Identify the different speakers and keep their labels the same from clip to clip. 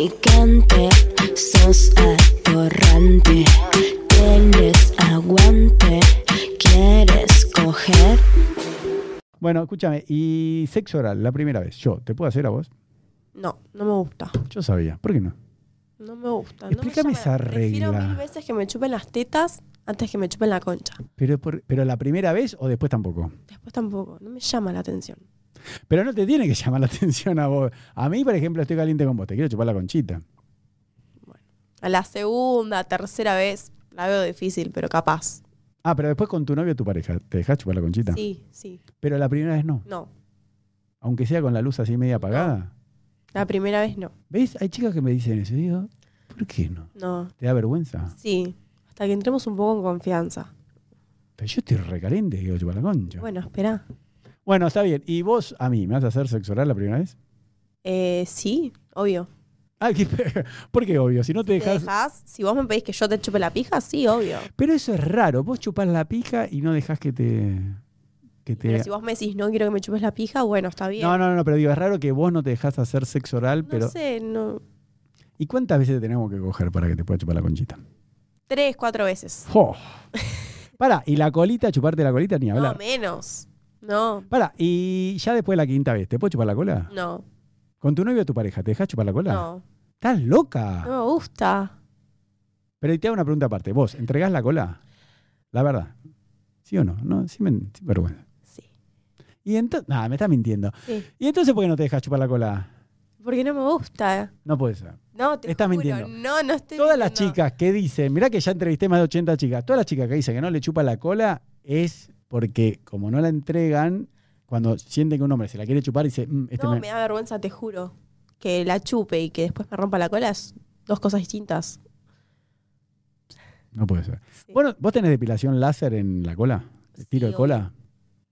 Speaker 1: atorrante, sos atorrante. Tienes aguante, quieres coger.
Speaker 2: Bueno, escúchame, y sexo oral, la primera vez, yo, ¿te puedo hacer a vos?
Speaker 3: No, no me gusta.
Speaker 2: Yo sabía, ¿por qué no?
Speaker 3: No me gusta.
Speaker 2: Explícame
Speaker 3: no me llama.
Speaker 2: esa
Speaker 3: Prefiero
Speaker 2: regla.
Speaker 3: mil veces que me chupen las tetas antes que me chupen la concha.
Speaker 2: Pero, por- pero la primera vez o después tampoco.
Speaker 3: Después tampoco. No me llama la atención.
Speaker 2: Pero no te tiene que llamar la atención a vos. A mí, por ejemplo, estoy caliente con vos, te quiero chupar la conchita.
Speaker 3: A la segunda, tercera vez, la veo difícil, pero capaz.
Speaker 2: Ah, pero después con tu novio o tu pareja, ¿te dejas chupar la conchita?
Speaker 3: Sí, sí.
Speaker 2: Pero la primera vez no,
Speaker 3: No.
Speaker 2: aunque sea con la luz así media apagada.
Speaker 3: La primera vez no.
Speaker 2: ¿Ves? Hay chicas que me dicen eso. Y digo, ¿por qué no?
Speaker 3: No.
Speaker 2: ¿Te da vergüenza?
Speaker 3: Sí. Hasta que entremos un poco en confianza.
Speaker 2: Pero yo estoy recaliente, quiero chupar la concha. Bueno.
Speaker 3: Bueno, espera.
Speaker 2: está bien. ¿Y vos a mí me vas a hacer sexo oral la primera vez?
Speaker 3: Eh, sí, obvio.
Speaker 2: Ah, ¿qué? ¿por qué obvio? Si no te
Speaker 3: ¿Te
Speaker 2: dejas...
Speaker 3: dejás? Si vos me pedís que yo te chupe la pija, sí, obvio.
Speaker 2: Pero eso es raro. Vos chupás la pija y no dejás que te... Que te...
Speaker 3: Pero si vos me decís no quiero que me chupes la pija, bueno, está bien.
Speaker 2: No, no, no, pero digo, es raro que vos no te dejás hacer sexo oral,
Speaker 3: No
Speaker 2: pero...
Speaker 3: sé, no.
Speaker 2: ¿Y cuántas veces te tenemos que coger para que te pueda chupar la conchita?
Speaker 3: Tres, cuatro veces.
Speaker 2: ¡Jo! Pará, y la colita, chuparte la colita ni
Speaker 3: No,
Speaker 2: hablar.
Speaker 3: menos. No,
Speaker 2: Pará, y ya después de la quinta vez, ¿te puedo chupar la cola?
Speaker 3: no,
Speaker 2: ¿Con tu novio o tu pareja? ¿Te dejas chupar la cola?
Speaker 3: no.
Speaker 2: ¿Estás loca?
Speaker 3: No me gusta.
Speaker 2: Pero te hago una pregunta aparte. ¿Vos entregás la cola? La verdad. ¿Sí o no? No, sí me, sí, vergüenza.
Speaker 3: Sí,
Speaker 2: Y entonces. Nada, me estás mintiendo.
Speaker 3: sí.
Speaker 2: ¿Y entonces por qué no te dejas chupar la cola?
Speaker 3: Porque no me gusta.
Speaker 2: No puede ser.
Speaker 3: No, te
Speaker 2: Estás
Speaker 3: juro,
Speaker 2: mintiendo.
Speaker 3: No, no estoy
Speaker 2: Todas las
Speaker 3: mintiendo.
Speaker 2: chicas que dicen, mirá que ya entrevisté más de 80 chicas, todas las chicas que dicen que no le chupa la cola es porque como no la entregan, cuando sienten que un hombre se la quiere chupar, dice, "Mm, este
Speaker 3: no,
Speaker 2: me-
Speaker 3: me da vergüenza, te juro. Que la chupe y que después me rompa la cola es dos cosas distintas.
Speaker 2: no puede ser.
Speaker 3: Sí.
Speaker 2: Bueno, ¿vos tenés depilación láser en la cola?
Speaker 3: Sí,
Speaker 2: ¿Tiro de
Speaker 3: obvio.
Speaker 2: cola?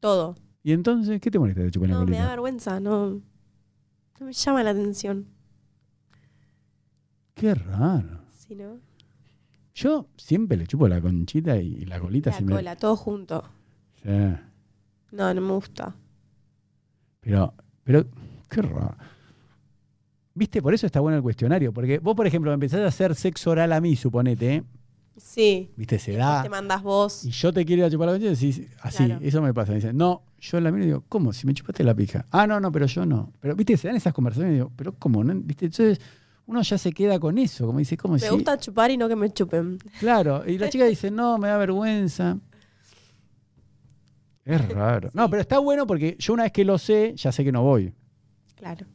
Speaker 3: Todo.
Speaker 2: ¿Y entonces qué te molesta de chupar la
Speaker 3: No, me da
Speaker 2: colita?
Speaker 3: vergüenza, no. No me llama la atención.
Speaker 2: Qué raro.
Speaker 3: Si no,
Speaker 2: Yo siempre le chupo la conchita y, y la colita.
Speaker 3: la
Speaker 2: si
Speaker 3: cola, todo junto.
Speaker 2: Me... Sí.
Speaker 3: No, no me gusta.
Speaker 2: Pero, pero, qué raro. Viste, por eso está bueno el cuestionario. Porque vos, por ejemplo, me empezás a hacer sexo oral a mí, suponete. ¿eh?
Speaker 3: Sí.
Speaker 2: Viste, se
Speaker 3: Te
Speaker 2: da.
Speaker 3: mandas vos.
Speaker 2: Ah. Y yo te quiero ir a chupar la conchita y decís, así,
Speaker 3: Claro.
Speaker 2: eso me pasa. Me dicen, no, yo la miro y digo, ¿cómo? Si me chupaste la pija. Ah, no, no, pero yo no. Pero, viste, se dan esas conversaciones y digo, pero ¿cómo? No? ¿Viste? Entonces, uno ya se queda con eso. Como dice, ¿cómo
Speaker 3: Me
Speaker 2: si-
Speaker 3: gusta chupar y no que me chupen.
Speaker 2: Claro, y la chica dice, no, me da vergüenza. Es raro. No, pero está bueno porque yo una vez que lo sé, ya sé que no voy.
Speaker 3: Claro.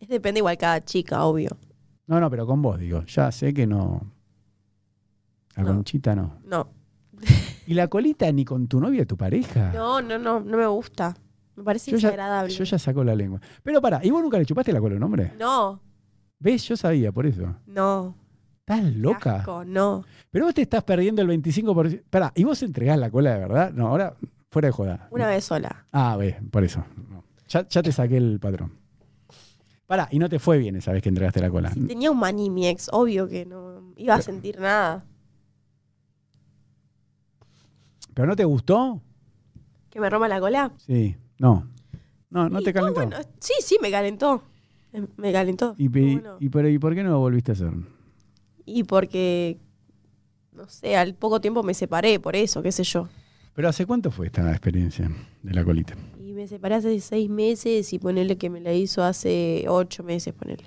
Speaker 3: Es depende igual cada chica, obvio.
Speaker 2: No, no, pero con vos, digo, ya sé que no. La
Speaker 3: No.
Speaker 2: conchita no.
Speaker 3: No.
Speaker 2: Y la colita ni con tu novia, tu pareja.
Speaker 3: No, no, no, no me gusta. Me parece
Speaker 2: yo, ya,
Speaker 3: desagradable.
Speaker 2: yo ya saco la lengua. Pero pará, ¿y vos nunca le chupaste la cola a un hombre?
Speaker 3: No,
Speaker 2: ¿Ves? Yo sabía, por eso.
Speaker 3: no.
Speaker 2: Estás loca.
Speaker 3: asco, no.
Speaker 2: Pero vos te estás perdiendo el 25%. Pará, ¿y vos entregás la cola de verdad? No, ahora fuera de joda.
Speaker 3: Una vez sola.
Speaker 2: Ah, ve, por eso. No. Ya, ya te saqué el patrón. Pará, y no te fue bien esa vez que entregaste la cola.
Speaker 3: Si tenía un maní mi ex, obvio que no iba a sentir nada.
Speaker 2: ¿Pero no te gustó?
Speaker 3: ¿Que me rompa la cola?
Speaker 2: Sí. No. No, no
Speaker 3: Sí,
Speaker 2: te calentó.
Speaker 3: bueno, sí, sí, me calentó. Me- Me calentó.
Speaker 2: y, pe-
Speaker 3: Estuvo bueno.
Speaker 2: y pero, ¿y por qué no lo volviste a hacer?
Speaker 3: Y porque, no sé, al poco tiempo me separé por eso, qué sé yo.
Speaker 2: ¿Pero hace cuánto fue esta experiencia de la colita?
Speaker 3: Y me separé hace seis meses y ponele que me la hizo hace ocho meses, ponele.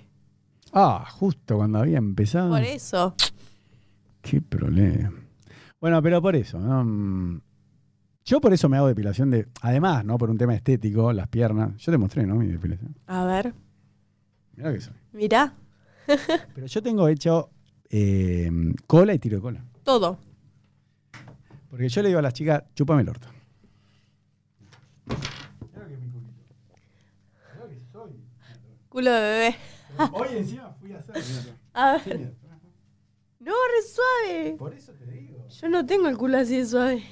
Speaker 2: Ah, justo cuando había empezado.
Speaker 3: Por eso.
Speaker 2: Qué problema. Bueno, pero por eso. ¿no? Mm. Yo por eso me hago depilación de... Además, ¿no? Por un tema estético, las piernas. Yo te mostré, ¿no? Mi depilación.
Speaker 3: A ver,
Speaker 2: Mirá que soy.
Speaker 3: mirá,
Speaker 2: Pero yo tengo hecho eh, cola y tiro de cola.
Speaker 3: todo.
Speaker 2: Porque yo le digo a las chicas, chúpame el orto.
Speaker 3: Culo de bebé.
Speaker 2: Hoy encima fui a hacer.
Speaker 3: A ver. Ah, No, re suave.
Speaker 2: Por eso te digo.
Speaker 3: Yo no tengo el culo así de suave.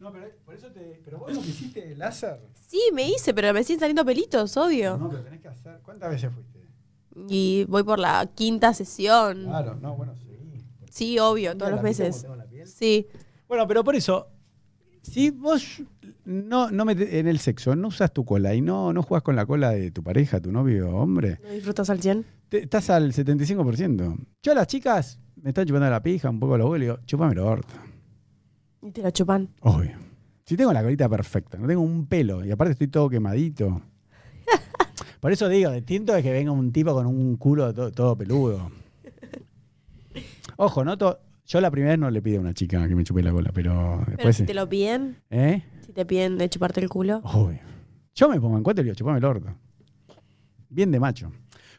Speaker 2: No, pero por eso te. Pero vos no te hiciste el láser.
Speaker 3: Sí, me hice, pero me siguen saliendo pelitos, obvio.
Speaker 2: No, pero tenés que hacer. ¿Cuántas veces fuiste?
Speaker 3: Y voy por la quinta sesión.
Speaker 2: Claro, no, bueno, sí.
Speaker 3: Sí, obvio, todos Mm. los meses. Sí.
Speaker 2: Bueno, pero por eso. Si vos no, no metés- en el sexo no usas tu cola y no, no jugás con la cola de tu pareja, tu novio, hombre,
Speaker 3: ¿No disfrutas al 100?
Speaker 2: te- estás al 75%. Yo a las chicas me están chupando la pija, un poco los huevos, y digo, chupame los orto.
Speaker 3: Y te la chupan.
Speaker 2: Obvio. Si tengo la carita perfecta, no tengo un pelo y aparte estoy todo quemadito. Por eso digo, distinto es que venga un tipo con un culo to- todo, peludo. Ojo, no to- yo la primera vez no le pido a una chica que me chupe la cola, pero después
Speaker 3: Pero si
Speaker 2: sí.
Speaker 3: te lo piden,
Speaker 2: ¿Eh?
Speaker 3: si te piden de chuparte el culo.
Speaker 2: Obvio. Yo me pongo en cuatro y le digo, chupame el orto. Bien de macho.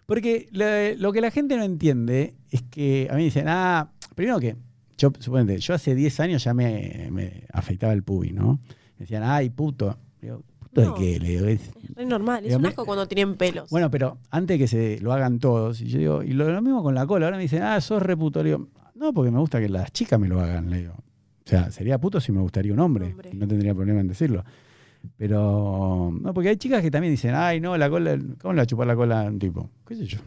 Speaker 2: Porque la- lo que la gente no entiende es que a mí dicen, ah, primero que, yo suponete, yo hace 10 años ya me, me afeitaba el pubis, ¿no? Me decían, ay, puto. Le digo, ¿puto
Speaker 3: No.
Speaker 2: de qué? Le digo, "Es-
Speaker 3: Es re normal. Es
Speaker 2: Dígame.
Speaker 3: un asco cuando tienen pelos.
Speaker 2: Bueno, pero antes que se lo hagan todos, y yo digo, y lo, lo mismo con la cola, ahora me dicen, ah, sos reputo. Le digo, no, porque me gusta que las chicas me lo hagan, le digo. O sea, sería puto si me gustaría un hombre,
Speaker 3: Hombre.
Speaker 2: no tendría problema en decirlo. Pero, no, porque hay chicas que también dicen, ay, no, la cola, ¿cómo le va a chupar la cola a un tipo? ¿Qué sé yo?